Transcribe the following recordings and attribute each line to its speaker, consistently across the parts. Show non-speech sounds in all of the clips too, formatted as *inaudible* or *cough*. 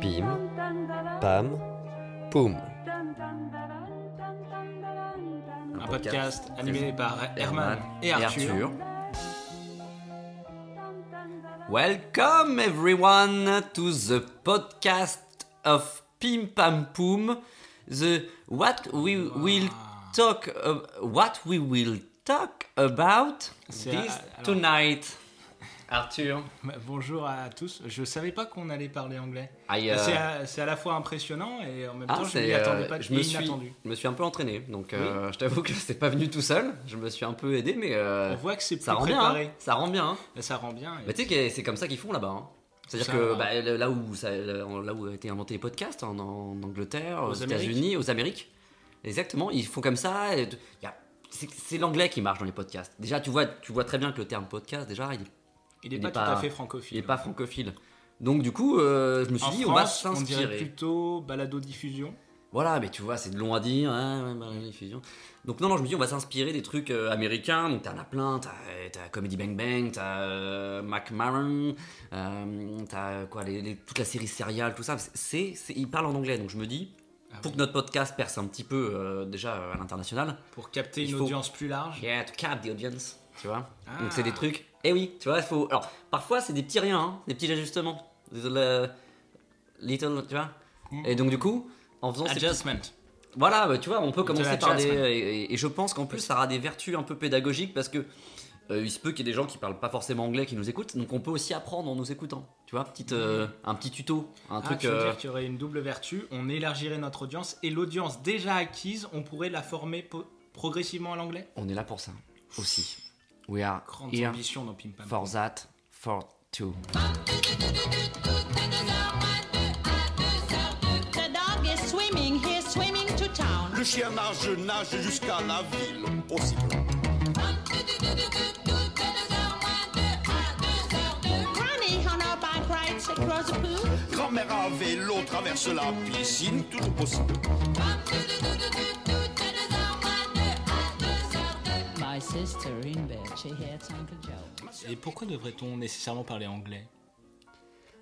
Speaker 1: Pim, Pam, Poum.
Speaker 2: Un podcast animé par Herman et Arthur.
Speaker 3: Welcome everyone to the podcast of Pim Pam Poum. The what we will talk uh, what we will talk about
Speaker 2: C'est
Speaker 3: this
Speaker 2: à- alors-
Speaker 3: tonight. Arthur,
Speaker 2: Bah, Bonjour à tous. Je savais pas qu'on allait parler anglais. Bah,
Speaker 3: I, euh,
Speaker 2: C'est à, c'est à la fois impressionnant et en même
Speaker 3: Ah,
Speaker 2: temps je
Speaker 3: c'est,
Speaker 2: m'y attendais
Speaker 3: euh,
Speaker 2: pas.
Speaker 3: je me
Speaker 2: et
Speaker 3: suis,
Speaker 2: inattendu.
Speaker 3: je me suis un peu entraîné, donc euh, je t'avoue que c'est pas venu tout seul. Je me suis un peu aidé, mais euh,
Speaker 2: On voit que c'est plus
Speaker 3: ça rend, bien,
Speaker 2: préparé.
Speaker 3: hein. ça rend bien. hein.
Speaker 2: Mais Ça rend bien. et-
Speaker 3: Bah, tu sais que c'est comme ça qu'ils font là-bas. hein. C'est-à-dire
Speaker 2: Ça,
Speaker 3: que
Speaker 2: euh,
Speaker 3: bah, là où ça- là où a été inventé les podcasts en, en Angleterre, aux,
Speaker 2: Aux Amériques.
Speaker 3: États-Unis, aux Amériques, exactement, ils font comme ça. et y a- c'est- C'est l'anglais qui marche dans les podcasts. Déjà, tu vois, tu vois très bien que le terme podcast, déjà, il,
Speaker 2: il n'est
Speaker 3: il
Speaker 2: pas,
Speaker 3: est pas-
Speaker 2: tout à fait
Speaker 3: il
Speaker 2: francophile.
Speaker 3: est pas francophile. Donc du coup, euh, je me suis
Speaker 2: en
Speaker 3: dit, on va
Speaker 2: France, on, dirait
Speaker 3: s'inspirer.
Speaker 2: plutôt balado diffusion.
Speaker 3: Voilà, mais tu vois, c'est long à dire. hein, ouais, bah, les fusions. Donc non, non, je me dis, on va s'inspirer des trucs euh, américains. Donc t'en as plein. T'as, euh, t'as Comedy Bang Bang, t'as euh, McMahon, euh, t'as euh, quoi, les- les- toute la série Serial, tout ça. C'est, c'est, c'est- ils parlent en anglais, donc je me dis,
Speaker 2: Ah
Speaker 3: pour
Speaker 2: oui.
Speaker 3: que notre podcast perce un petit peu euh, déjà euh, à l'international,
Speaker 2: Pour capter
Speaker 3: Il
Speaker 2: une
Speaker 3: faut-
Speaker 2: audience plus large.
Speaker 3: yeah, to cap the audience, tu vois.
Speaker 2: Ah.
Speaker 3: Donc c'est des trucs. Eh oui, tu vois, il faut. Alors parfois c'est des petits riens, hein, des petits ajustements, des euh, little, tu vois.
Speaker 2: Mm. Ah,
Speaker 3: Et donc du coup, en faisant ces
Speaker 2: Adjustment.
Speaker 3: voilà, bah, tu vois, on peut commencer
Speaker 2: la
Speaker 3: par des.
Speaker 2: jazz, man.
Speaker 3: Et, et- et je pense qu'en plus, ça aura des vertus un peu pédagogiques parce que euh, il se peut qu'il y ait des gens qui parlent pas forcément anglais qui nous écoutent, donc on peut aussi apprendre en nous écoutant. Tu vois, petite, euh, un petit tuto, un
Speaker 2: Ah,
Speaker 3: truc.
Speaker 2: tu veux
Speaker 3: euh,
Speaker 2: dire qu'il y aurait une double vertu, on élargirait notre audience et l'audience déjà acquise, on pourrait la former po- progressivement à l'anglais
Speaker 3: On est là pour ça aussi. We are
Speaker 2: Grande
Speaker 3: here
Speaker 2: ambition dans Pim Pam.
Speaker 3: for that, for two.
Speaker 4: The dog is swimming, he's swimming to town.
Speaker 5: Le chien nage, nage jusqu'à la ville, possible.
Speaker 4: Granny on her bike rides across the pool.
Speaker 5: Grand-mère à vélo traverse la piscine, toujours possible.
Speaker 4: My sister in bed, she hates Uncle Joe.
Speaker 2: Et pourquoi devrait-on nécessairement parler anglais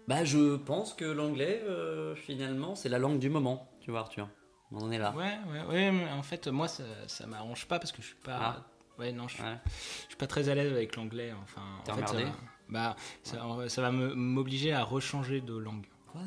Speaker 3: Bah, je pense que l'anglais, euh, finalement, c'est la langue du moment, tu vois, Arthur. On en est là.
Speaker 2: Ouais, ouais, ouais, mais en fait, moi, ça, ça m'arrange pas parce que je suis pas.
Speaker 3: Ah.
Speaker 2: Ouais, non, je, suis-
Speaker 3: Ouais.
Speaker 2: je suis pas très à l'aise avec l'anglais. Enfin,
Speaker 3: T'es
Speaker 2: en fait, ça
Speaker 3: emmerdé
Speaker 2: va, bah, ça, en- ça va me- m'obliger à rechanger de langue.
Speaker 3: Quoi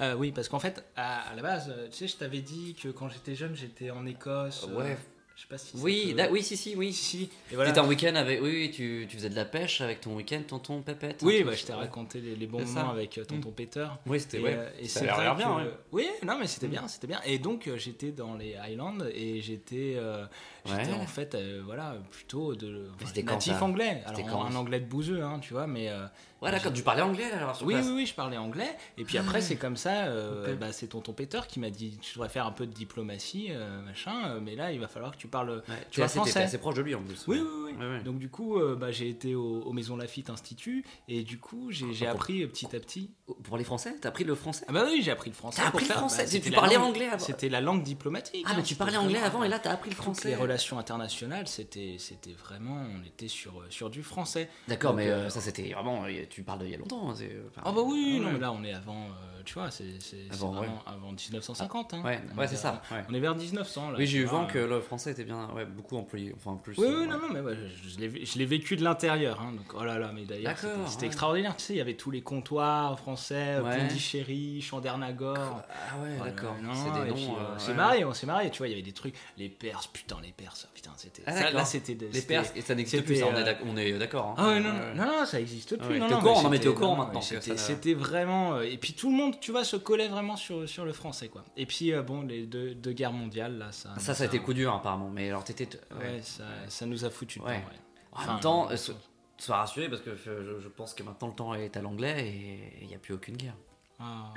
Speaker 2: Euh, oui, parce qu'en fait, à, à la base, euh, tu sais, je t'avais dit que quand j'étais jeune, j'étais en Écosse. euh,
Speaker 3: Ouais.
Speaker 2: Je sais pas si. ça
Speaker 3: Oui,
Speaker 2: peut-
Speaker 3: da- oui, si, si, oui.
Speaker 2: Si, si. Et voilà.
Speaker 3: T'étais en week-end avec. Oui, oui, tu, tu faisais de la pêche avec ton week-end, tonton, pépette. un
Speaker 2: Oui,
Speaker 3: truc.
Speaker 2: bah, je t'ai raconté les, les bons
Speaker 3: C'est ça. Mm.
Speaker 2: moments avec euh, tonton Peter.
Speaker 3: Oui, c'était.
Speaker 2: Et,
Speaker 3: ouais.
Speaker 2: euh, et
Speaker 3: Ça
Speaker 2: c'est
Speaker 3: a l'air
Speaker 2: vrai
Speaker 3: bien,
Speaker 2: que-
Speaker 3: ouais. Mm.
Speaker 2: Oui, non, mais c'était bien, c'était bien. Et donc, euh, j'étais dans les Highlands et j'étais euh, j'étais
Speaker 3: Ouais.
Speaker 2: en fait, euh, voilà, plutôt de, enfin,
Speaker 3: c'était quand,
Speaker 2: natif
Speaker 3: ça
Speaker 2: anglais.
Speaker 3: C'était
Speaker 2: Alors,
Speaker 3: quand,
Speaker 2: un
Speaker 3: ça
Speaker 2: anglais de bouseux, hein, tu vois, mais. euh,
Speaker 3: Ouais, d'accord, tu parlais anglais alors sur
Speaker 2: oui,
Speaker 3: place. Ah.
Speaker 2: oui, oui, je parlais anglais. Et puis après, c'est comme ça, euh,
Speaker 3: Ok.
Speaker 2: bah, c'est tonton Peter qui m'a dit tu devrais faire un peu de diplomatie, euh, machin, euh, mais là, il va falloir que tu parles.
Speaker 3: Ouais,
Speaker 2: Tu vois,
Speaker 3: assez, t'es
Speaker 2: français.
Speaker 3: assez proche de lui en plus.
Speaker 2: Oui, oui, oui.
Speaker 3: Ouais, ouais.
Speaker 2: Donc, du coup, euh, bah, j'ai été au, au Maison Lafitte Institut et du coup, j'ai j'ai
Speaker 3: Ah, bon.
Speaker 2: appris euh, petit à petit.
Speaker 3: Pour les français, t'as appris le français
Speaker 2: Ah bah oui, j'ai appris le français.
Speaker 3: T'as
Speaker 2: pour
Speaker 3: appris le
Speaker 2: faire-
Speaker 3: français, Bah,
Speaker 2: c'était
Speaker 3: tu
Speaker 2: la
Speaker 3: parlais
Speaker 2: langue-
Speaker 3: anglais avant.
Speaker 2: C'était la langue diplomatique.
Speaker 3: Ah,
Speaker 2: hein,
Speaker 3: mais tu
Speaker 2: c'était
Speaker 3: parlais anglais
Speaker 2: vraiment-
Speaker 3: avant et là t'as appris le
Speaker 2: Toutes
Speaker 3: français.
Speaker 2: les relations internationales, c'était c'était vraiment, on était sur, euh, sur du français.
Speaker 3: D'accord,
Speaker 2: Donc,
Speaker 3: mais
Speaker 2: euh,
Speaker 3: euh, ça c'était vraiment. euh, Tu parles d'il y a longtemps. hein, c'est, euh, enfin,
Speaker 2: Ah bah oui,
Speaker 3: ouais,
Speaker 2: non,
Speaker 3: ouais.
Speaker 2: mais là on est avant, euh, tu vois, c'est c'est- c'est
Speaker 3: Avant,
Speaker 2: vraiment avant 1950. hein.
Speaker 3: Ouais,
Speaker 2: On
Speaker 3: ouais,
Speaker 2: est
Speaker 3: c'est
Speaker 2: vers-
Speaker 3: ça, ouais.
Speaker 2: On est vers 1900 là.
Speaker 3: Oui, j'ai
Speaker 2: tu
Speaker 3: eu
Speaker 2: vois,
Speaker 3: vent que
Speaker 2: euh.
Speaker 3: le français était bien, ouais, beaucoup employé. Enfin, en plus.
Speaker 2: Oui,
Speaker 3: euh,
Speaker 2: oui,
Speaker 3: ouais.
Speaker 2: non, non, mais ouais, je, je l'ai- je l'ai vécu de l'intérieur. hein, donc, oh là là, mais d'ailleurs, c'était
Speaker 3: D'accord,
Speaker 2: c'était
Speaker 3: ouais.
Speaker 2: extraordinaire. Tu sais, il y avait tous les comptoirs français, euh,
Speaker 3: Ouais.
Speaker 2: Pondichéry, Chandernagore.
Speaker 3: Ah ouais,
Speaker 2: Oh là
Speaker 3: d'accord.
Speaker 2: là,
Speaker 3: C'est
Speaker 2: et
Speaker 3: des
Speaker 2: puis,
Speaker 3: noms.
Speaker 2: euh,
Speaker 3: euh,
Speaker 2: on s'est
Speaker 3: ouais.
Speaker 2: marré, on s'est marré. Tu vois, il y avait des trucs. Les Perses, putain, les Perses. oh, Putain, c'était.
Speaker 3: Ah,
Speaker 2: ça,
Speaker 3: d'accord.
Speaker 2: là, c'était. des-
Speaker 3: Les
Speaker 2: c'était-
Speaker 3: Perses, et ça n'existe plus,
Speaker 2: c'était,
Speaker 3: ça, on est
Speaker 2: euh,
Speaker 3: d'ac- on est d'accord. hein.
Speaker 2: Ah ouais, non,
Speaker 3: non
Speaker 2: non, non, ça existe
Speaker 3: Ah
Speaker 2: plus.
Speaker 3: ouais,
Speaker 2: non,
Speaker 3: t'es au
Speaker 2: non,
Speaker 3: courant,
Speaker 2: mais
Speaker 3: non, mais t'es au
Speaker 2: c'était-
Speaker 3: courant
Speaker 2: non, non,
Speaker 3: maintenant que ça-
Speaker 2: C'était c'était vraiment. euh, Et puis tout le monde, tu vois, se collait vraiment sur, sur le français, quoi. Et puis, euh, bon, les deux, deux guerres mondiales, là, ça.
Speaker 3: Ça, ça a été coup dur apparemment. Mais alors t'étais.
Speaker 2: Ouais, ça, ça nous a foutu dedans,
Speaker 3: Ouais.
Speaker 2: ouais.
Speaker 3: En
Speaker 2: Enfin,
Speaker 3: même temps,
Speaker 2: euh,
Speaker 3: euh, so- sois rassuré parce que euh, je, je pense que maintenant le temps est à l'anglais et il n'y a plus aucune guerre.
Speaker 2: Ah.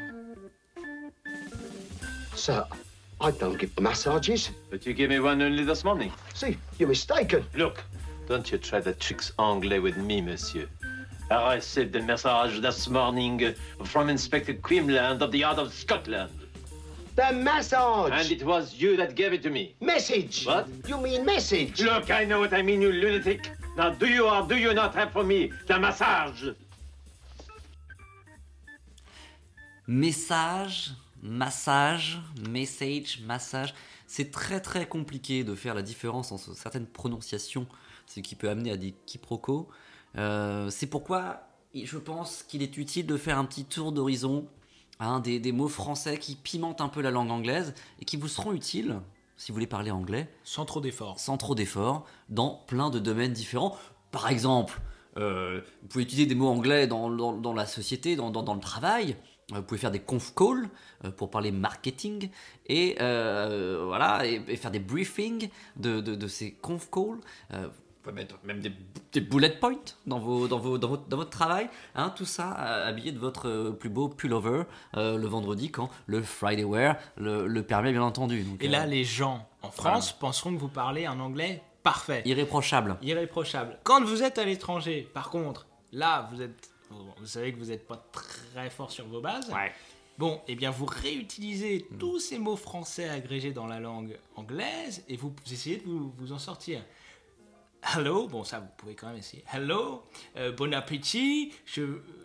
Speaker 6: Sir, I don't give massages.
Speaker 7: But you gave me one only this morning.
Speaker 6: See, you're mistaken.
Speaker 7: Look, don't you try the tricks anglais with me, monsieur. I received a message this morning from Inspector Quimland of the Yard of Scotland.
Speaker 6: The
Speaker 7: And
Speaker 6: massage.
Speaker 7: it was you that gave it to me.
Speaker 6: Message.
Speaker 7: What?
Speaker 6: You mean message?
Speaker 7: Look, I know what I mean, you lunatic. Now, do you or do you not have for me the massage?
Speaker 3: Message, massage, message, massage. C'est très très compliqué de faire la différence entre certaines prononciations, ce qui peut amener à des quiproquos. Euh, c'est pourquoi je pense qu'il est utile de faire un petit tour d'horizon hein, des, des mots français qui pimentent un peu la langue anglaise et qui vous seront utiles si vous voulez parler anglais
Speaker 2: Sans trop d'efforts.
Speaker 3: sans trop d'efforts dans plein de domaines différents. Par exemple, euh, vous pouvez utiliser des mots anglais dans, dans- dans la société, dans, dans- dans le travail. Euh, Vous pouvez faire des conf calls euh, pour parler marketing et euh, voilà et, et faire des briefings de, de- de ces conf calls. Euh, vous pouvez mettre même des, des bullet points dans, vos, dans, vos, dans, votre, dans votre travail. hein, tout ça euh, habillé de votre euh, plus beau pullover euh, le vendredi quand le Friday wear le, le permet bien entendu. Donc,
Speaker 2: Et là,
Speaker 3: euh,
Speaker 2: les gens en France penseront que vous parlez un anglais parfait.
Speaker 3: irréprochable.
Speaker 2: irréprochable. Quand vous êtes à l'étranger, par contre, là, vous êtes, vous vous savez que vous n'êtes pas très fort sur vos bases. Bon, eh bien, vous réutilisez
Speaker 3: Hmm.
Speaker 2: tous ces mots français agrégés dans la langue anglaise et vous essayez de vous, vous en sortir. Hello, bon ça vous pouvez quand même essayer. Hello, euh, bon appétit, je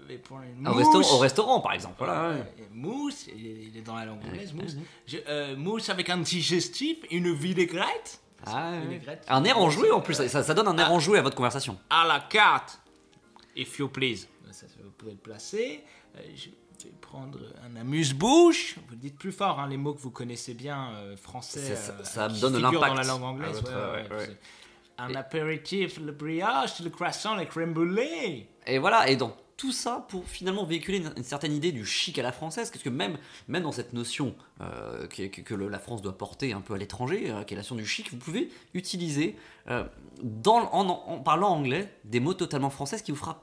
Speaker 2: vais prendre une
Speaker 3: Au,
Speaker 2: mousse.
Speaker 3: restaurant, au restaurant, par exemple. Voilà, ouais.
Speaker 2: Euh, Mousse, il est- il est dans la langue anglaise, mousse. Je- euh, mousse avec un digestif, une vinaigrette.
Speaker 3: Ah,
Speaker 2: Une Ah.
Speaker 3: ouais.
Speaker 2: vinaigrette.
Speaker 3: Un air enjoué en plus, ça, ça donne un air enjoué à votre conversation.
Speaker 2: à la carte, if you please. Ça, ça, vous pouvez le placer. Euh, je vais prendre un amuse-bouche. Vous le dites plus fort, hein, les mots que vous connaissez bien euh, français.
Speaker 3: C'est ça-
Speaker 2: euh,
Speaker 3: ça
Speaker 2: qui
Speaker 3: donne
Speaker 2: figurent
Speaker 3: l'impact
Speaker 2: dans la langue
Speaker 3: à
Speaker 2: anglaise.
Speaker 3: votre-
Speaker 2: ouais, ouais,
Speaker 3: ouais,
Speaker 2: ouais.
Speaker 3: ouais.
Speaker 2: Un
Speaker 3: Et-
Speaker 2: apéritif, le brioche, le croissant, le crème brûlée.
Speaker 3: Et voilà, et dans tout ça pour finalement véhiculer une, une certaine idée du chic à la française, parce que même, même dans cette notion euh, que, que- que le- la France doit porter un peu à l'étranger, euh, qui est la notion du chic, vous pouvez utiliser, euh, dans, en, en- en parlant anglais, des mots totalement français, ce qui vous fera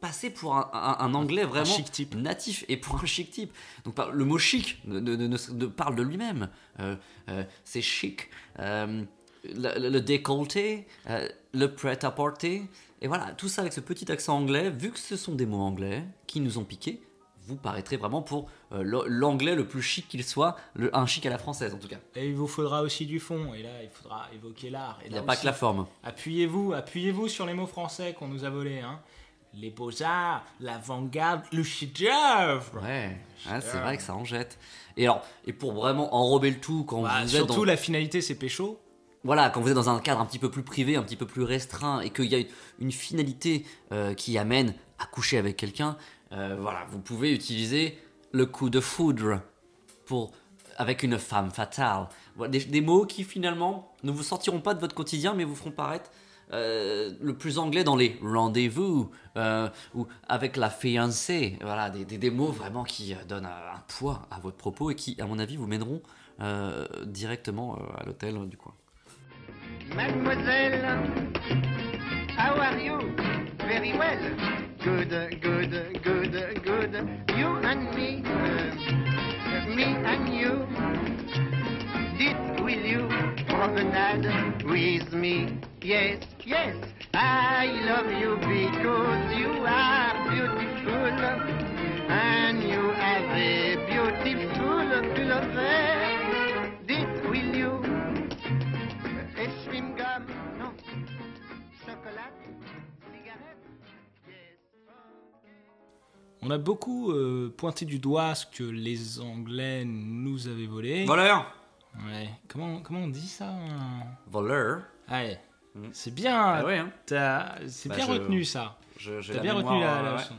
Speaker 3: passer pour un, un- un anglais vraiment
Speaker 2: chic type.
Speaker 3: natif et pour un chic type. Donc par- le mot chic ne, ne- ne- ne- ne parle de lui-même. Euh, euh, c'est chic. Euh, le, le- le décolleté, euh, le prêt-à-porter. Et voilà, tout ça avec ce petit accent anglais, vu que ce sont des mots anglais qui nous ont piqué, vous paraîtrez vraiment pour euh, l'o- l'anglais le plus chic qu'il soit, le- un chic à la française en tout cas.
Speaker 2: Et il vous faudra aussi du fond. Et là, il faudra évoquer l'art. Et
Speaker 3: Il n'y a
Speaker 2: là
Speaker 3: pas
Speaker 2: aussi,
Speaker 3: que la forme.
Speaker 2: Appuyez-vous, appuyez-vous sur les mots français qu'on nous a volés. hein. Les beaux-arts, l'avant-garde, le chef-d'œuvre.
Speaker 3: Ouais, hein, c'est vrai que ça en jette. Et alors, et pour vraiment enrober le tout quand
Speaker 2: Bah,
Speaker 3: vous êtes
Speaker 2: surtout,
Speaker 3: dans...
Speaker 2: la finalité, c'est pécho.
Speaker 3: voilà, quand vous êtes dans un cadre un petit peu plus privé, un petit peu plus restreint, et qu'il y a une, une finalité euh, qui amène à coucher avec quelqu'un, euh, voilà, vous pouvez utiliser le coup de foudre pour avec une femme fatale. Voilà, des, des mots qui finalement ne vous sortiront pas de votre quotidien, mais vous feront paraître euh, le plus anglais dans les rendez-vous euh, ou avec la fiancée. Voilà, des, des- des mots vraiment qui euh, donnent un, un poids à votre propos et qui, à mon avis, vous mèneront euh, directement euh, à l'hôtel euh, du coin.
Speaker 8: Mademoiselle, how are you? Very well. Good, good, good, good. You and me, uh, me and you. Did will you promenade with me? Yes, yes. I love you because you are beautiful and you have a beautiful clover. Did will you? Eswimgum, non. Chocolat, cigarette, yes.
Speaker 2: On a beaucoup euh, pointé du doigt ce que les Anglais nous avaient volé.
Speaker 3: Voleur
Speaker 2: Ouais. Comment, comment on dit ça hein
Speaker 3: Voleur
Speaker 2: Ouais. C'est bien.
Speaker 3: Mm. Ah ouais, hein.
Speaker 2: t'as- C'est
Speaker 3: Bah,
Speaker 2: bien
Speaker 3: je-
Speaker 2: retenu ça.
Speaker 3: Je- j'ai
Speaker 2: T'as
Speaker 3: la
Speaker 2: bien
Speaker 3: mémoire,
Speaker 2: retenu la,
Speaker 3: euh,
Speaker 2: la
Speaker 3: ouais. Mm.
Speaker 2: leçon.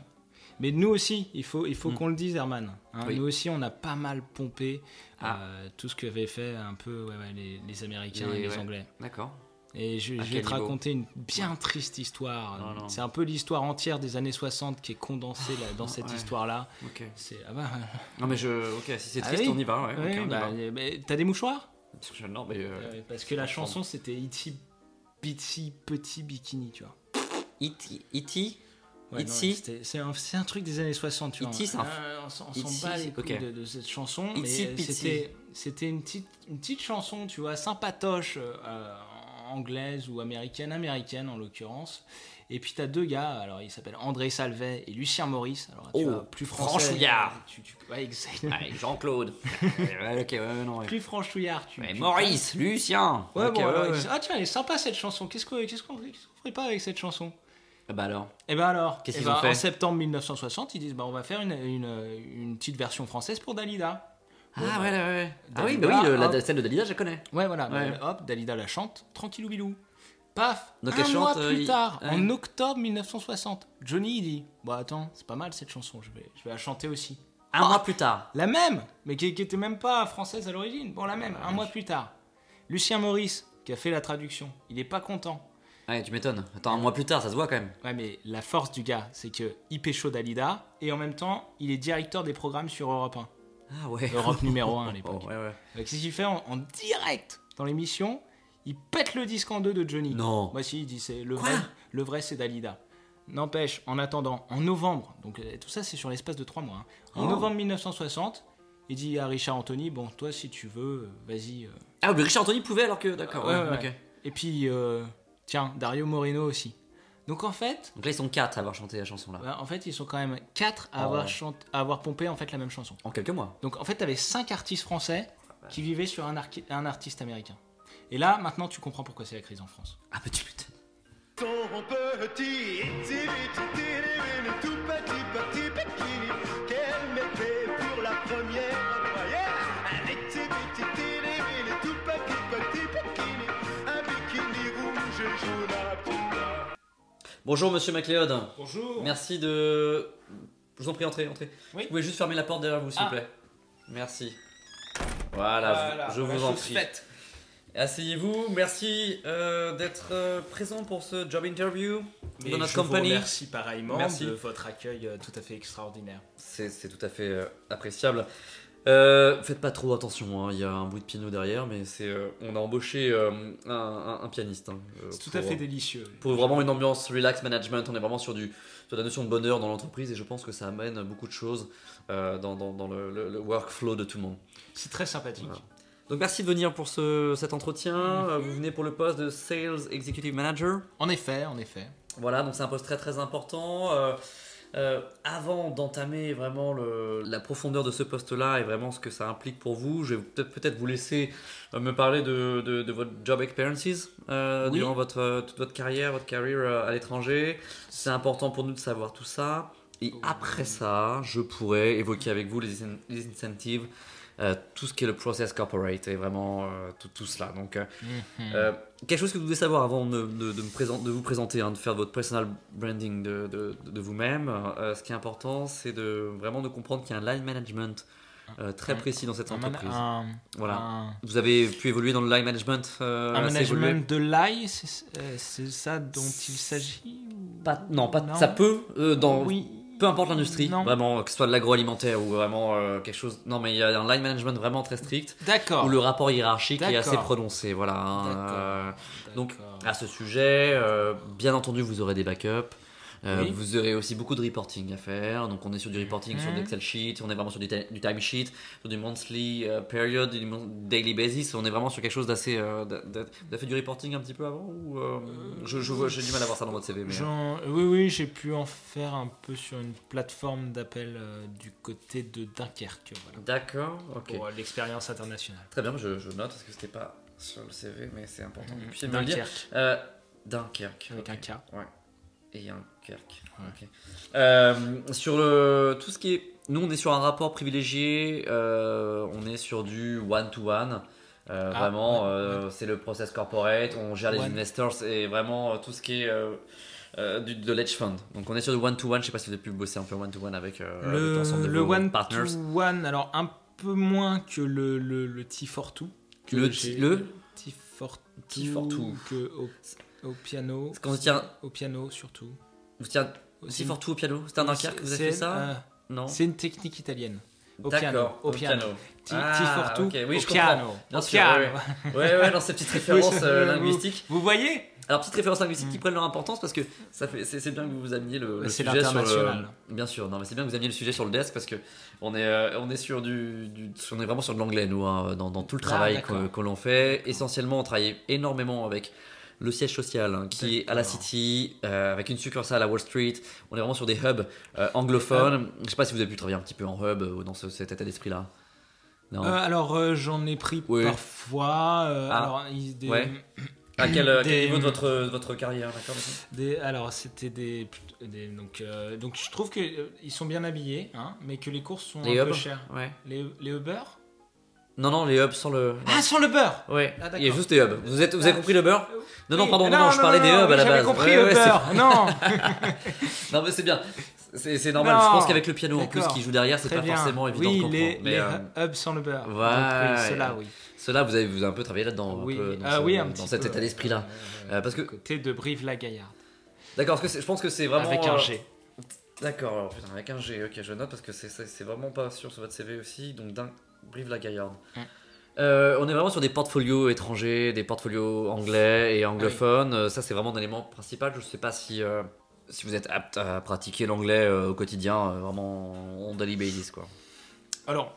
Speaker 2: Mais nous aussi, il faut, il faut qu'on le dise, Herman. hein.
Speaker 3: Oui.
Speaker 2: Nous aussi, on a pas mal pompé
Speaker 3: Ah.
Speaker 2: euh, tout ce qu'avaient fait un peu ouais, ouais, les, les Américains
Speaker 3: Les-
Speaker 2: et les
Speaker 3: ouais.
Speaker 2: Anglais.
Speaker 3: D'accord.
Speaker 2: Et je,
Speaker 3: À
Speaker 2: je vais
Speaker 3: quel
Speaker 2: te
Speaker 3: niveau
Speaker 2: raconter une bien triste histoire.
Speaker 3: Non, non.
Speaker 2: C'est un peu l'histoire entière des années 60 qui est condensée là,
Speaker 3: *laughs*
Speaker 2: dans cette
Speaker 3: Ouais.
Speaker 2: histoire-là.
Speaker 3: Ok.
Speaker 2: C'est ah bah,
Speaker 3: Non mais je. Ok, si c'est
Speaker 2: Ah
Speaker 3: triste,
Speaker 2: oui.
Speaker 3: on y va. Ouais.
Speaker 2: ouais,
Speaker 3: ok, on y
Speaker 2: bah, Ah
Speaker 3: va.
Speaker 2: euh, mais T'as des mouchoirs
Speaker 3: Je- Non mais. euh,
Speaker 2: Ouais, Parce que la
Speaker 3: comprends.
Speaker 2: chanson c'était Itty Bitty Petit Bikini, tu vois.
Speaker 3: Iti, Iti,
Speaker 2: Ouais,
Speaker 3: Itsy.
Speaker 2: non, c'était- C'est un, c'est un truc des années 60, tu vois.
Speaker 3: Itsy, c'est un-
Speaker 2: Euh, on s'en on
Speaker 3: Itsy,
Speaker 2: s'en bat les
Speaker 3: c'est-
Speaker 2: couilles
Speaker 3: ok.
Speaker 2: de, de cette chanson.
Speaker 3: Itsy,
Speaker 2: mais euh,
Speaker 3: Pitsy.
Speaker 2: c'était- c'était une petite, une petite chanson, tu vois, sympatoche, euh, euh, anglaise ou américaine, américaine en l'occurrence. Et puis t'as deux gars, alors ils s'appellent André Salvet et Lucien Maurice. Alors tu
Speaker 3: Oh,
Speaker 2: vois, plus français. euh,
Speaker 3: franchouillard.
Speaker 2: tu- tu- ouais, exactement.
Speaker 3: Ouais, Jean-Claude. Ouais, ok, ouais, ouais, non. ouais.
Speaker 2: *laughs* Plus franchouillard, tu.
Speaker 3: Ouais,
Speaker 2: tu-
Speaker 3: Maurice, Lucien.
Speaker 2: Ouais,
Speaker 3: Ok,
Speaker 2: bon, alors,
Speaker 3: ouais.
Speaker 2: ils disent, Ah, tiens, elle est sympa cette chanson. Qu'est-ce qu'on qu'est-ce qu'on- qu'est-ce qu'on ferait pas avec cette chanson
Speaker 3: Ah Bah alors.
Speaker 2: Eh ben alors,
Speaker 3: Qu'est-ce
Speaker 2: eh
Speaker 3: qu'ils
Speaker 2: ben,
Speaker 3: ont fait
Speaker 2: en septembre 1960, ils disent bah, on va faire une, une, une petite version française pour Dalida.
Speaker 3: Ah, ouais, ouais, ouais. Ah
Speaker 2: Dalida,
Speaker 3: oui, bah oui, le- la-
Speaker 2: hop.
Speaker 3: celle de Dalida, je la connais.
Speaker 2: Ouais, voilà.
Speaker 3: Ouais.
Speaker 2: Hop, Dalida la chante, tranquillou bilou. Paf
Speaker 3: Donc
Speaker 2: Un
Speaker 3: elle
Speaker 2: mois
Speaker 3: chante, euh,
Speaker 2: plus
Speaker 3: il-
Speaker 2: tard,
Speaker 3: ouais.
Speaker 2: en octobre 1960, Johnny il dit Bah attends, c'est pas mal cette chanson, je vais, je vais la chanter aussi.
Speaker 3: Un mois plus tard.
Speaker 2: La même, mais qui, qui était même pas française à l'origine.
Speaker 3: Ah,
Speaker 2: Bon, la même, un mois plus tard. Lucien Maurice, qui a fait la traduction, il est pas content.
Speaker 3: Ouais, tu m'étonnes. Attends, un mois plus tard, ça se voit quand même.
Speaker 2: Ouais, mais la force du gars, c'est que il pécho Dalida et en même temps, il est directeur des programmes sur Europe 1.
Speaker 3: Ah ouais.
Speaker 2: Europe numéro 1 à l'époque.
Speaker 3: *laughs* Oh, ouais, ouais.
Speaker 2: Donc, Qu'est-ce qu'il fait en, en direct dans l'émission Il pète le disque en deux de Johnny.
Speaker 3: Non.
Speaker 2: Moi, si, il dit c'est le
Speaker 3: Quoi
Speaker 2: vrai, le vrai c'est Dalida. N'empêche, en attendant, en novembre, donc euh, tout ça c'est sur l'espace de trois mois, hein. en
Speaker 3: Oh.
Speaker 2: novembre 1960, il dit à Richard Anthony Bon, toi si tu veux, euh, vas-y. euh.
Speaker 3: Ah, mais Richard Anthony pouvait alors que. D'accord,
Speaker 2: Ouais,
Speaker 3: Ah ouais,
Speaker 2: ouais,
Speaker 3: ok.
Speaker 2: ouais. Et puis, euh, tiens, Dario Moreno aussi. Donc en fait,
Speaker 3: Donc là, ils sont quatre à avoir chanté la chanson là.
Speaker 2: bah, en fait, ils sont quand même quatre à, avoir,
Speaker 3: Oh.
Speaker 2: chant- à avoir pompé en fait la même chanson.
Speaker 3: En quelques mois.
Speaker 2: Donc en fait, t'avais cinq artistes français qui vivaient sur un, archi- un artiste américain. Et là, maintenant, tu comprends pourquoi c'est la crise en France.
Speaker 3: Ah, bah tu m'étonnes.
Speaker 9: Ton petit, tiri, tiri, le tout petit, petit bikini qu'elle mettait pour la première croyance. Allez, tiri, tiri, le tout petit, petit bikini, un bikini rouge et jaune à poudre.
Speaker 3: Bonjour, monsieur MacLeod.
Speaker 2: Bonjour.
Speaker 3: Merci de. Je vous en prie, entrez, entrez.
Speaker 2: Oui.
Speaker 3: Vous pouvez juste fermer la porte derrière vous, s'il
Speaker 2: Ah.
Speaker 3: vous plaît. Merci. Voilà, je, je vous en prie. Asseyez-vous, merci euh, d'être euh, présent pour ce job interview dans notre compagnie.
Speaker 2: Merci pareillement
Speaker 3: Merci.
Speaker 2: de votre accueil euh, tout à fait extraordinaire.
Speaker 3: C'est c'est tout à fait euh, appréciable. Euh, faites pas trop attention, hein, il y a un bout de piano derrière, mais c'est euh, on a embauché euh, un, un- un pianiste. hein, euh,
Speaker 2: C'est tout à
Speaker 3: pour-
Speaker 2: fait délicieux.
Speaker 3: pour vraiment une ambiance relax management, on est vraiment sur, du, sur la notion de bonheur dans l'entreprise et je pense que ça amène beaucoup de choses euh, dans, dans- dans le, le- le workflow de tout le monde.
Speaker 2: C'est très sympathique.
Speaker 3: Voilà. Donc merci de venir pour ce, cet entretien. Euh, Vous venez pour le poste de Sales Executive Manager.
Speaker 2: En effet, en effet.
Speaker 3: Voilà, donc c'est un poste très très important. Euh, euh, avant d'entamer vraiment le- la profondeur de ce poste-là et vraiment ce que ça implique pour vous, je vais peut-être peut-être vous laisser euh, me parler de, de- de votre job experiences euh,
Speaker 2: Oui.
Speaker 3: durant votre, euh, toute votre carrière, votre carrière euh, à l'étranger. C'est important pour nous de savoir tout ça. Et après ça, je pourrais évoquer avec vous les, in- les incentives, euh, tout ce qui est le process corporate et vraiment euh, tout, tout cela. Donc, euh,
Speaker 2: Mhm.
Speaker 3: euh, quelque chose que vous devez savoir avant de, de- de me présenter, de vous présenter, hein, de faire votre personal branding de, de- de vous-même. euh, ce qui est important, c'est de vraiment de comprendre qu'il y a un line management euh, très
Speaker 2: Un-
Speaker 3: précis dans cette
Speaker 2: Un, man-
Speaker 3: entreprise.
Speaker 2: un-
Speaker 3: Voilà.
Speaker 2: un-
Speaker 3: Vous avez pu évoluer dans le line management. euh,
Speaker 2: un
Speaker 3: assez évolué.
Speaker 2: management de l'ail, c'est euh, c'est ça dont il s'agit ou-
Speaker 3: Pas- non, pas, ça peut euh, dans
Speaker 2: Oui.
Speaker 3: peu importe l'industrie,
Speaker 2: Non.
Speaker 3: vraiment que ce soit de l'agroalimentaire ou vraiment euh, quelque chose. Non, mais il y a un line management vraiment très strict
Speaker 2: D'accord.
Speaker 3: où le rapport hiérarchique est assez
Speaker 2: D'accord.
Speaker 3: prononcé. Voilà. hein,
Speaker 2: D'accord.
Speaker 3: euh, Donc,
Speaker 2: D'accord.
Speaker 3: à ce sujet, euh, bien entendu, vous aurez des backups. Euh,
Speaker 2: Oui.
Speaker 3: Vous aurez aussi beaucoup de reporting à faire. Donc, on est sur du reporting sur
Speaker 2: Mhm.
Speaker 3: des Excel sheet, on est vraiment sur du, ti- du time sheet, sur du monthly euh, period, du mon- daily basis. On est vraiment sur quelque chose d'assez. euh, d'a- d'a- Vous avez fait du reporting un petit peu avant ou, euh, je- je vois- J'ai du mal à voir ça dans votre CV. Mais,
Speaker 2: J'en- euh, Oui, oui, j'ai pu en faire un peu sur une plateforme d'appel euh, du côté de Dunkerque, voilà,
Speaker 3: D'accord, ok.
Speaker 2: pour euh, l'expérience internationale.
Speaker 3: Très bien, je, je note parce que c'était pas sur le CV, mais c'est important que vous puissiez me le dire.
Speaker 2: Mhm. Dunkerque,
Speaker 3: Euh, Dunkerque. ok.
Speaker 2: avec un K.
Speaker 3: et Dunkerque.
Speaker 2: Ouais.
Speaker 3: Ok. Euh, sur le, tout ce qui est. Nous, on est sur un rapport privilégié, euh, on est sur du one-to-one. Euh,
Speaker 2: Ah,
Speaker 3: vraiment,
Speaker 2: ouais,
Speaker 3: euh, c'est le process corporate, on gère les
Speaker 2: One.
Speaker 3: investors et vraiment euh, tout ce qui est euh, euh, du, de l'edge fund. Donc, on est sur du one-to-one. Je sais pas si vous avez pu bosser un peu one-to-one avec, euh, avec l'ensemble
Speaker 2: Le,
Speaker 3: de
Speaker 2: le
Speaker 3: vos
Speaker 2: One
Speaker 3: partners.
Speaker 2: to One, alors un peu moins que le, le, le T42. Que
Speaker 3: Le-
Speaker 2: j'ai-
Speaker 3: le-
Speaker 2: T42.
Speaker 3: T42.
Speaker 2: Que au, au piano.
Speaker 3: Quand on tient-
Speaker 2: Au piano surtout.
Speaker 3: Vous tiens aussi
Speaker 2: C'est-
Speaker 3: fort tout au piano C'était un Dunkerque, vous avez
Speaker 2: c'est-
Speaker 3: fait ça
Speaker 2: euh,
Speaker 3: Non
Speaker 2: C'est une technique italienne. Au piano.
Speaker 3: D'accord,
Speaker 2: Au piano. T-
Speaker 3: Ah,
Speaker 2: T42.
Speaker 3: ok, oui,
Speaker 2: au
Speaker 3: je comprends.
Speaker 2: piano.
Speaker 3: Bien
Speaker 2: au
Speaker 3: sûr,
Speaker 2: piano.
Speaker 3: ouais, Ouais, ouais, dans ces
Speaker 2: *laughs*
Speaker 3: petites références euh,
Speaker 2: Vous-
Speaker 3: linguistiques.
Speaker 2: Vous voyez
Speaker 3: Alors, petites références linguistiques qui prennent leur importance parce que ça fait, c'est, c'est bien que vous ameniez le, le
Speaker 2: Mm. C'est
Speaker 3: sujet sur le.
Speaker 2: l'international.
Speaker 3: Bien sûr, non, mais c'est bien que vous ameniez le sujet sur le desk parce que on est, euh, on est sur du, du- on est vraiment sur de l'anglais nous, hein, dans, dans tout le
Speaker 2: Ah,
Speaker 3: travail
Speaker 2: d'accord.
Speaker 3: que, que l'on fait. Essentiellement, on travaille énormément avec. Le siège social hein, qui est à la
Speaker 2: D'accord.
Speaker 3: City, euh, avec une succursale à Wall Street. On est vraiment sur des hubs euh, anglophones. Je sais pas si vous avez pu travailler un petit peu en hub euh, ou dans ce- cet état d'esprit-là. Non.
Speaker 2: Euh, alors euh, j'en ai pris
Speaker 3: Oui.
Speaker 2: parfois. euh,
Speaker 3: Ah.
Speaker 2: Alors, il- des-
Speaker 3: Ouais. À quel, à quel
Speaker 2: Des-
Speaker 3: niveau de votre, de votre carrière, d'accord monsieur
Speaker 2: Des- alors, c'était des, des- donc, euh, donc je trouve qu'ils sont bien habillés, hein, mais que les courses sont
Speaker 3: Les
Speaker 2: un
Speaker 3: hubs
Speaker 2: peu chères.
Speaker 3: Ouais.
Speaker 2: Les, les Uber
Speaker 3: Non, non, les hubs sans le.
Speaker 2: Ah, sans le beurre
Speaker 3: Ouais,
Speaker 2: Ah, d'accord.
Speaker 3: il y a juste des hubs. Vous, êtes, vous avez
Speaker 2: Ah,
Speaker 3: compris le beurre Non, non,
Speaker 2: Oui.
Speaker 3: pardon, non, non, je parlais
Speaker 2: non,
Speaker 3: des
Speaker 2: non,
Speaker 3: hubs à la
Speaker 2: J'avais
Speaker 3: base.
Speaker 2: compris
Speaker 3: Ouais, ouais,
Speaker 2: Uber, non
Speaker 3: c'est- *laughs* Non, mais c'est bien. C'est c'est normal.
Speaker 2: Non.
Speaker 3: Je pense qu'avec le piano en plus
Speaker 2: D'accord.
Speaker 3: qui joue derrière, c'est
Speaker 2: Très
Speaker 3: pas
Speaker 2: bien.
Speaker 3: forcément évident
Speaker 2: oui,
Speaker 3: de comprendre.
Speaker 2: les,
Speaker 3: mais
Speaker 2: les
Speaker 3: euh,
Speaker 2: hubs sans le beurre.
Speaker 3: voilà.
Speaker 2: Donc, oui, ceux-là, oui.
Speaker 3: cela, vous avez vous avez un peu travaillé là-dedans. un
Speaker 2: oui,
Speaker 3: peu, dans
Speaker 2: ah
Speaker 3: ce-
Speaker 2: oui, un
Speaker 3: dans
Speaker 2: petit
Speaker 3: cet
Speaker 2: peu.
Speaker 3: état d'esprit-là.
Speaker 2: Euh,
Speaker 3: Euh, parce que,
Speaker 2: Côté de Brive-la-Gaillarde,
Speaker 3: d'accord, parce que c'est- je pense que c'est vraiment.
Speaker 2: avec un
Speaker 3: euh,
Speaker 2: G.
Speaker 3: D'accord, alors putain, avec un G, ok, je note parce que c'est- c'est c'est vraiment pas sûr sur votre CV aussi, donc d'un brive la gaillarde.
Speaker 2: Mm.
Speaker 3: Euh, on est vraiment sur des portfolios étrangers, des portfolios anglais et anglophones, euh, ça c'est vraiment un élément principal, je sais pas si, euh, si vous êtes apte à pratiquer l'anglais euh, au quotidien, euh, vraiment on daily basis quoi.
Speaker 2: Alors,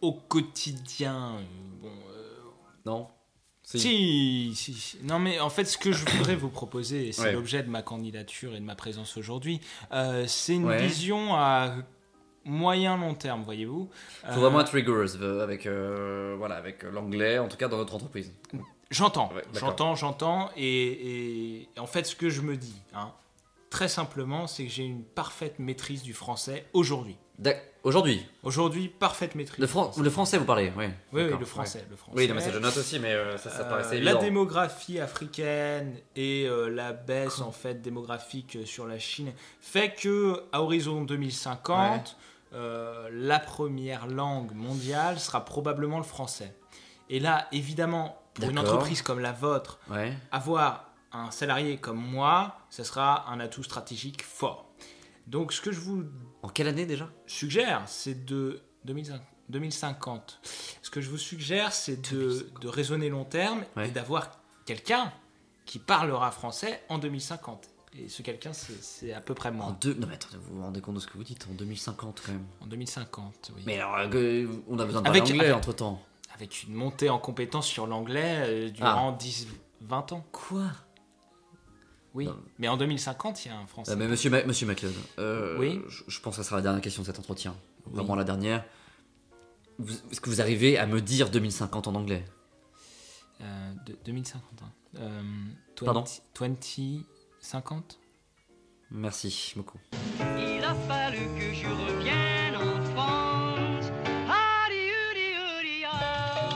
Speaker 2: au quotidien, euh, bon... euh,
Speaker 3: Non Si.
Speaker 2: Si, si, si. Non, mais en fait, ce que je voudrais vous proposer, et c'est
Speaker 3: Ouais.
Speaker 2: l'objet de ma candidature et de ma présence aujourd'hui, euh, c'est une
Speaker 3: Ouais.
Speaker 2: vision à moyen-long terme, voyez-vous.
Speaker 3: Faut
Speaker 2: Euh,
Speaker 3: vraiment être rigorous euh, avec, euh, voilà, avec euh, l'anglais, en tout cas dans notre entreprise.
Speaker 2: J'entends,
Speaker 3: Ouais, d'accord.
Speaker 2: j'entends, j'entends. Et, et- et en fait, ce que je me dis, hein, très simplement, c'est que j'ai une parfaite maîtrise du français aujourd'hui.
Speaker 3: D'ac- Aujourd'hui,
Speaker 2: Aujourd'hui, parfaite maîtrise.
Speaker 3: le,
Speaker 2: du
Speaker 3: fran- le français vous parlez, oui.
Speaker 2: Oui, oui,
Speaker 3: D'accord,
Speaker 2: le français. Le français.
Speaker 3: ouais. Oui, non, mais ça je note aussi, mais euh, ça, ça
Speaker 2: Euh,
Speaker 3: paraissait
Speaker 2: la
Speaker 3: évident.
Speaker 2: démographie africaine et euh, la baisse en fait démographique euh, sur la Chine fait que à horizon 2050, euh, la première langue mondiale sera probablement le français. Et là, évidemment, pour une
Speaker 3: D'accord.
Speaker 2: entreprise comme la vôtre,
Speaker 3: Ouais.
Speaker 2: avoir un salarié comme moi, ça sera un atout stratégique fort. Donc, ce que je vous
Speaker 3: En quelle année déjà
Speaker 2: suggère, c'est de 2005 2050. Ce que je vous suggère, c'est de, de raisonner long terme
Speaker 3: Ouais.
Speaker 2: et d'avoir quelqu'un qui parlera français en 2050. Et ce quelqu'un, c'est c'est à peu près
Speaker 3: En
Speaker 2: moi.
Speaker 3: deux... Non mais attendez, vous vous rendez compte de ce que vous dites En 2050 quand même.
Speaker 2: En 2050, oui.
Speaker 3: Ah. Mais alors, euh, que- on a besoin de parler
Speaker 2: Avec-
Speaker 3: anglais
Speaker 2: avec-
Speaker 3: entre temps.
Speaker 2: Avec une montée en compétences sur l'anglais euh, durant
Speaker 3: Ah.
Speaker 2: 10, 20 ans.
Speaker 3: Quoi
Speaker 2: Oui.
Speaker 3: Non. Ah,
Speaker 2: Mais en 2050, il y a un français.
Speaker 3: Mais monsieur, Ma- monsieur MacLeod, euh,
Speaker 2: Oui
Speaker 3: je, je pense que ça sera la dernière question de cet entretien.
Speaker 2: Oui.
Speaker 3: Vraiment la dernière. Vous- Est-ce que vous arrivez à me dire 2050 en anglais
Speaker 2: Euh, de, 2050. hein. Euh, 20,
Speaker 3: Pardon
Speaker 2: 20, 50
Speaker 3: Merci beaucoup.
Speaker 8: Il a fallu que je revienne en France. Adi, udi, udi, ah.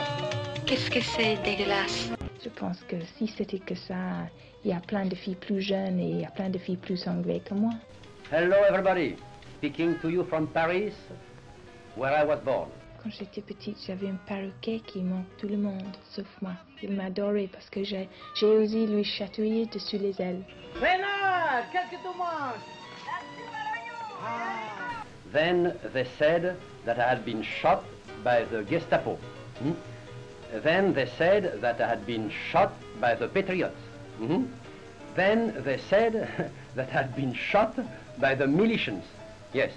Speaker 10: Qu'est-ce que c'est dégueulasse
Speaker 4: Je pense que si c'était que ça, il y a plein de filles plus jeunes et il y a plein de filles plus anglaises que moi.
Speaker 8: Hello, everybody. Speaking to you from Paris, where I was born.
Speaker 4: Quand j'étais petite, j'avais un perroquet qui manque tout le monde, sauf moi. Il m'adorait parce que j'ai j'ai osé lui chatouiller dessus les ailes.
Speaker 8: Renard, qu'est-ce que tu manges Then they said that I had been shot by the Gestapo. Hmm? Then they said that I had been shot by the Patriots. Hmm? Then they said *laughs* that I had been shot by the militians. Yes.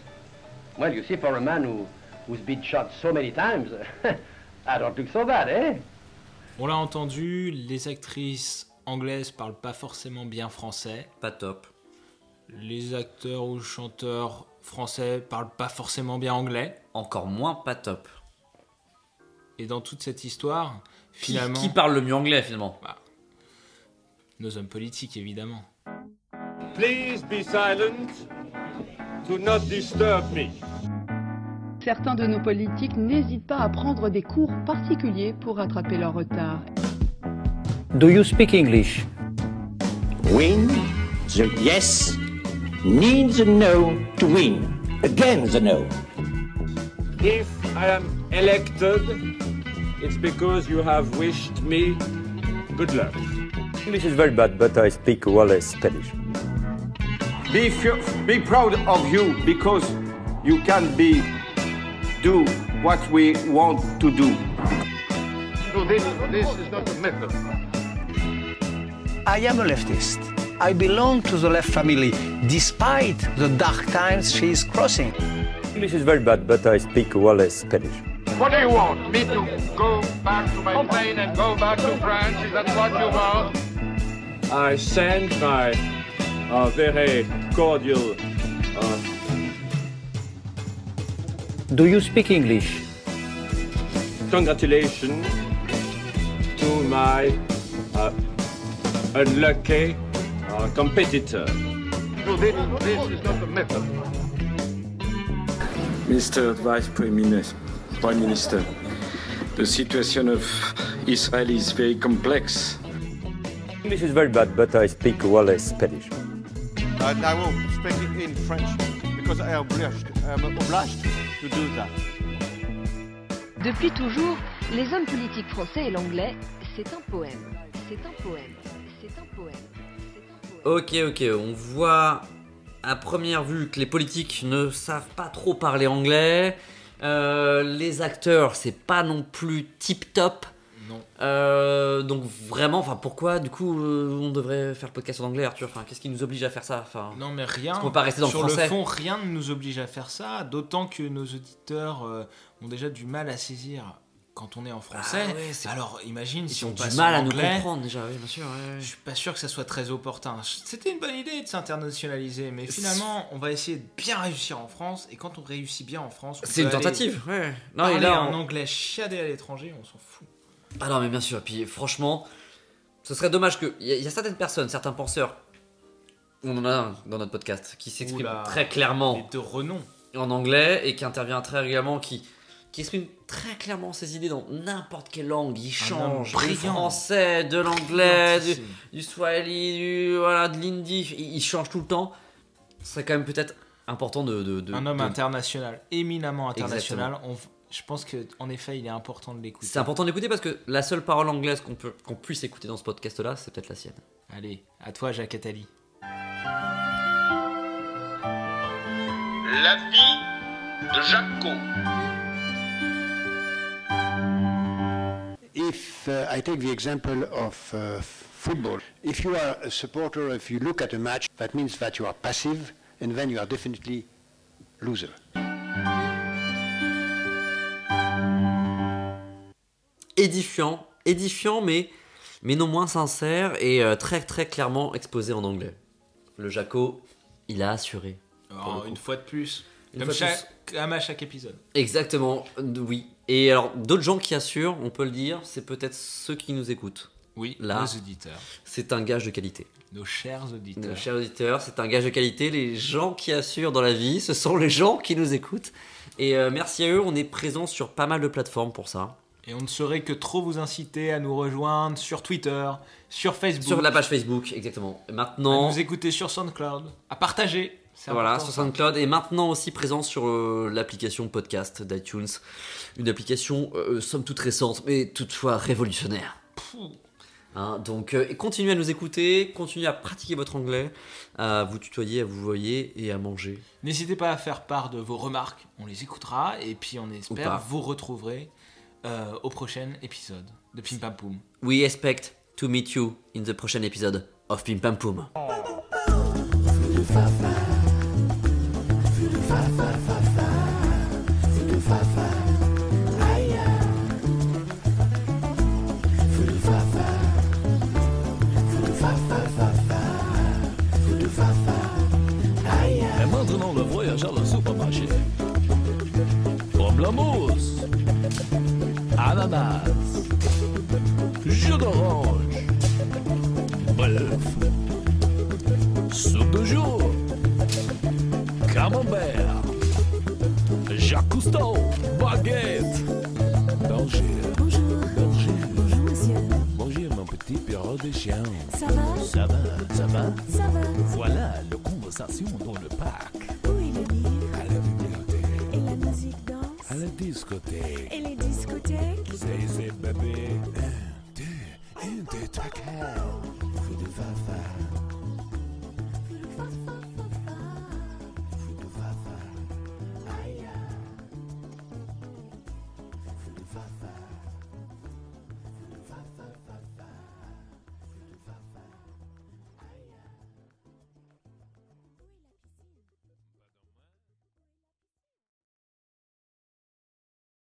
Speaker 8: Well, you see, for a man who, who's been shot so many times, *laughs* I don't look so bad, eh?
Speaker 2: On l'a entendu, les actrices anglaises parlent pas forcément bien français.
Speaker 3: Pas top.
Speaker 2: Les acteurs ou chanteurs français parlent pas forcément bien anglais.
Speaker 3: Encore moins pas top.
Speaker 2: Et dans toute cette histoire,
Speaker 3: Qui-
Speaker 2: finalement,
Speaker 3: qui parle le mieux anglais finalement
Speaker 2: nos hommes politiques évidemment.
Speaker 9: Please be silent. Do not disturb me.
Speaker 10: Certains de nos politiques n'hésitent pas à prendre des cours particuliers pour rattraper leur retard.
Speaker 8: Do you speak English?
Speaker 5: Win the yes, need the no to win. Again the no.
Speaker 9: If I am elected, it's because you have wished me good luck.
Speaker 5: English is very bad, but I speak well Spanish.
Speaker 9: Be, f- be proud of you because you can be do what we want to do.
Speaker 8: I am a leftist. I belong to the left family, despite the dark times she is crossing.
Speaker 5: English is very bad, but I speak well Spanish.
Speaker 9: What do you want? Me to go back to my plane and go back to France? Is that what you want? I send my uh, very cordial. Uh,
Speaker 8: Do you speak English?
Speaker 9: congratulations to my uh,
Speaker 11: unlucky, or competitor.
Speaker 8: No, this, this is not a method.
Speaker 12: Mr. Vice Prime Minister, Prime Minister, the situation of Israel is very complex.
Speaker 13: English is very bad, but I speak well Spanish.
Speaker 14: And I will speak it in French because I am obliged, I am obliged to do that.
Speaker 15: Depuis toujours, les hommes politiques français et l'anglais, c'est un poème. C'est un poème. C'est un poème.
Speaker 3: Ok, ok, on voit à première vue que les politiques ne savent pas trop parler anglais. Euh, les acteurs, c'est pas non plus tip top.
Speaker 2: Non.
Speaker 3: Euh, donc vraiment, enfin pourquoi du coup euh, on devrait faire podcast en anglais, Arthur Enfin, qu'est-ce qui nous oblige à faire ça Enfin,
Speaker 2: Non, mais rien.
Speaker 3: Ah. Parce qu'on peut pas rester dans
Speaker 2: Sur
Speaker 3: le français.
Speaker 2: fond, rien ne nous oblige à faire ça, d'autant que nos auditeurs euh, ont déjà du mal à saisir quand on est en français.
Speaker 3: Ah ouais, c'est-
Speaker 2: Alors imagine si
Speaker 3: ils ont
Speaker 2: on
Speaker 3: du
Speaker 2: passe
Speaker 3: mal
Speaker 2: en
Speaker 3: à nous
Speaker 2: anglais,
Speaker 3: comprendre déjà, oui, bien sûr. ouais, ouais.
Speaker 2: Je suis pas sûr que ça soit très opportun. C'était une bonne idée de s'internationaliser, mais finalement, on va essayer de bien réussir en France. Et quand on réussit bien en France, on
Speaker 3: C'est
Speaker 2: peut
Speaker 3: une
Speaker 2: aller
Speaker 3: tentative, ouais. Non,
Speaker 2: parler
Speaker 3: et là,
Speaker 2: un
Speaker 3: on-
Speaker 2: anglais chiadé à l'étranger, on s'en fout.
Speaker 3: Ah non, mais bien sûr. Et puis, franchement, ce serait dommage que. Il y, a- il y a certaines personnes, certains penseurs, on en a un dans notre podcast, qui s'expriment
Speaker 2: Oula,
Speaker 3: très clairement.
Speaker 2: de renom.
Speaker 3: En anglais, et qui intervient très régulièrement, qui, qui exprime très clairement ses idées dans n'importe quelle langue. Il change
Speaker 2: homme
Speaker 3: du
Speaker 2: brillant.
Speaker 3: français, de l'anglais, du,
Speaker 2: Brillantissime.
Speaker 3: du swahili, du, voilà, de l'hindi. Il, il change tout le temps. Ce serait quand même peut-être important de. de- de-
Speaker 2: un homme
Speaker 3: de-
Speaker 2: international, éminemment international.
Speaker 3: Exactement.
Speaker 2: On f- je pense que en effet, il est important de l'écouter.
Speaker 3: C'est important d'écouter parce que la seule parole anglaise qu'on peut qu'on puisse écouter dans ce podcast-là, c'est peut-être la sienne.
Speaker 2: Allez, à toi, Jacques Attali.
Speaker 9: La vie de Jaco.
Speaker 16: If uh, I take the example of uh, football, if you are a supporter, if you look at a match, that means that you are passive, and then you are definitely loser.
Speaker 3: édifiant, édifiant, mais, mais non moins sincère et euh, très très clairement exposé en anglais. Le Jaco, il a assuré.
Speaker 2: Alors, Oh, une fois de plus,
Speaker 3: Une
Speaker 2: comme,
Speaker 3: fois de
Speaker 2: chaque, comme à chaque épisode.
Speaker 3: Exactement, euh, oui. Et alors, d'autres gens qui assurent, on peut le dire, c'est peut-être ceux qui nous écoutent.
Speaker 2: Oui,
Speaker 3: là,
Speaker 2: nos auditeurs.
Speaker 3: C'est un gage de qualité.
Speaker 2: Nos chers auditeurs.
Speaker 3: Nos chers auditeurs, c'est un gage de qualité. Les gens qui assurent dans la vie, ce sont les gens qui nous écoutent. Et euh, merci à eux, on est présents sur pas mal de plateformes pour ça.
Speaker 2: Et on ne saurait que trop vous inciter à nous rejoindre sur Twitter, sur Facebook.
Speaker 3: Sur la page Facebook, exactement. Maintenant,
Speaker 2: À nous écouter sur SoundCloud, à partager. c'est
Speaker 3: Voilà,
Speaker 2: important,
Speaker 3: sur
Speaker 2: ça.
Speaker 3: SoundCloud et maintenant aussi présent sur euh, l'application podcast d'iTunes. Une application, euh, somme toute récente, mais toutefois révolutionnaire.
Speaker 2: Pouh.
Speaker 3: Hein, donc, euh, et continuez à nous écouter, continuez à pratiquer votre anglais, à vous tutoyer, à vous voyer et à manger.
Speaker 2: N'hésitez pas à faire part de vos remarques, on les écoutera et puis on
Speaker 3: pas.
Speaker 2: espère vous retrouverez euh, au prochain épisode de Pim Pam Poum.
Speaker 3: We expect to meet you in the prochain épisode of Pim Pam Poum.
Speaker 17: Et maintenant, le voyageur le supermarché. Pomme la mousse. Ananas. Jus d'orange. Bœuf. Soupe de jour. Camembert. Jacques Cousteau. Oh, Baguette. Bonjour. Bonjour. Bonjour. Bonjour, monsieur. Bonjour, mon petit bureau de chien.
Speaker 18: Ça va
Speaker 17: Ça va, ça va.
Speaker 18: Ça va
Speaker 17: Voilà la conversation dans le parc.
Speaker 18: Où est le livre
Speaker 17: À la bibliothèque.
Speaker 18: Et la musique danse
Speaker 17: À la discothèque.
Speaker 18: Et les discothèques
Speaker 17: Zé, zé, bébé. Un, deux, un, deux, trois, quatre. Fais de